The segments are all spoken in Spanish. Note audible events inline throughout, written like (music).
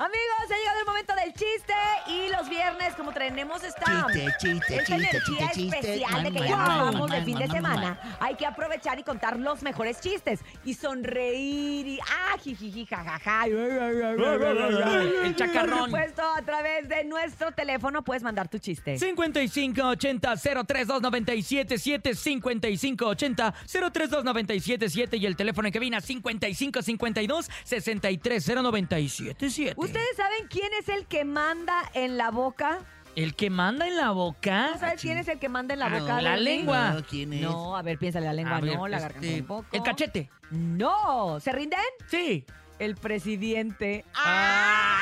Amigos, ha llegado el momento del chiste y los viernes, como tenemos esta, Chiste, chiste, esta chiste, energía chiste, chiste. especial de que Man, ya man, nos man, vamos de man, fin de man, semana, hay que aprovechar y contar los mejores chistes y sonreír y ah, jijiji, jajaja. y- El Por chacarrón. supuesto, a través de nuestro teléfono puedes mandar tu chiste. 5580-032977, 5580-032977 y el teléfono en cabina 5552-630977. ¿Ustedes saben quién es el que manda en la boca? ¿El que manda en la boca? ¿No sabes quién es el que manda en la Ah, boca? la Adrián? lengua. No, ¿quién es? No, a ver, piénsale la lengua, A ver, no, la este, garganta un poco. El cachete. No, ¿se rinden? Sí. El presidente. Ah.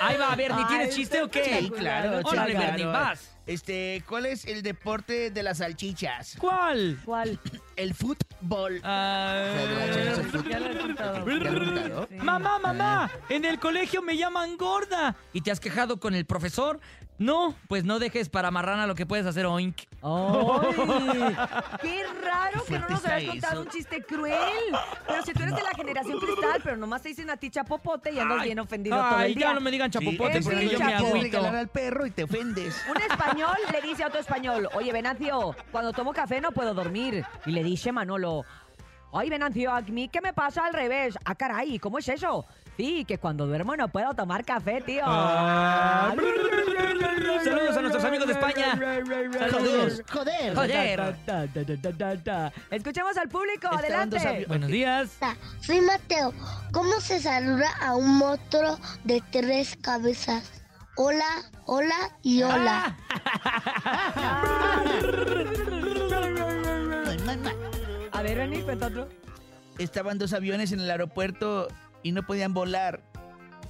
Ahí va, Bernie, Ah. Ay, ¿tienes chiste o qué? Sí, claro. sí, Órale, claro. Bernie, vas. Este, ¿cuál es el deporte de las salchichas? ¿Cuál? ¿Cuál? El fútbol. Ah, Ya lo he contado. ¿Ya lo he contado? Sí. Mamá, mamá, en el colegio me llaman gorda. ¿Y te has quejado con el profesor? No, pues no dejes para marrana lo que puedes hacer, oink. ¡Ay! ¡Qué raro que no fuerte nos habías está contado eso. un chiste cruel! Pero si tú eres de la generación cristal, pero nomás te dicen a ti chapopote y andas bien ofendido todo Ay, el día. ya no me digan chapopote Sí, es un porque yo me chapo. quieres agüito. regalar al perro y te ofendes. Un español le dice a otro español, oye, Venancio, cuando tomo café no puedo dormir. Y le dice Manolo, ay, Venancio, a mí que me pasa al revés. Ah, caray, ¿cómo es eso? Sí, que cuando duermo no puedo tomar café, tío. Ah. Saludos a nuestros amigos de España. Saludos. Ah. Joder, joder. Joder. Ta, ta, ta, ta, ta, ta. Escuchemos al público, Estaban adelante. dos aviones. Buenos días. Hola, Soy Mateo. ¿Cómo se saluda a un monstruo de tres cabezas? Hola, hola y hola. Man, man, man. A ver, vení, cuenta otro. Estaban dos aviones en el aeropuerto y no podían volar.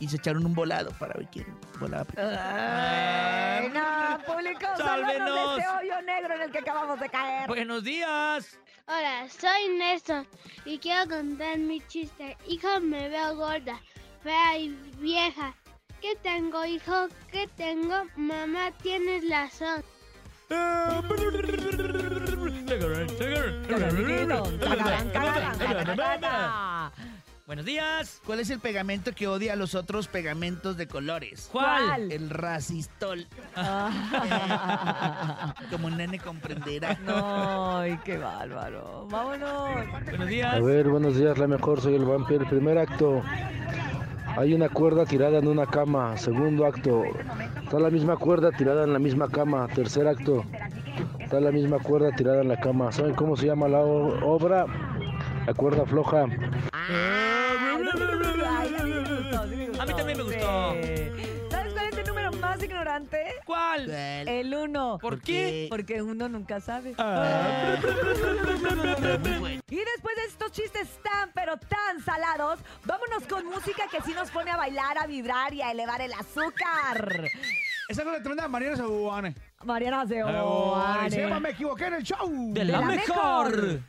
Y se echaron un volado para ver quién volaba. Ay, no, público, sálvanos Sálvenos. de este hoyo negro en el que acabamos de caer. Buenos días. Hola, soy Nelson y quiero contar mi chiste. Hijo, me veo gorda, fea y vieja. ¿Qué tengo, hijo? ¿Qué tengo? Mamá, tienes razón. Tacarán, tacarán, tacarán, tacarán. Buenos días. ¿Cuál es el pegamento que odia a los otros pegamentos de colores? ¿Cuál? El racistol. Ah. (laughs) Como un nene comprenderá. Eh, No, (laughs) ay, qué bárbaro. Vámonos. Buenos A días. ver, buenos días, la mejor, soy el vampiro. El primer acto, hay una cuerda tirada en una cama. Segundo acto, está la misma cuerda tirada en la misma cama. Tercer acto, está la misma cuerda tirada en la cama. ¿Saben cómo se llama la o- obra? La cuerda floja. Ah, ay, sí me gustó, sí me gustó, A mí también me gustó. sí. ¿Sabes cuál es el número más ignorante? ¿Cuál? ¿Cuál? El uno. ¿Por qué? Ah. Porque uno nunca sabe. Muy bueno. Y después de estos chistes tan, pero tan salados, vámonos con música que sí nos pone a bailar, a vibrar y a elevar el azúcar. Esa es la tremenda Mariana Sabuane. Mariana Se llama Seoane. Me Equivoqué en el Show. De la la mejor. mejor.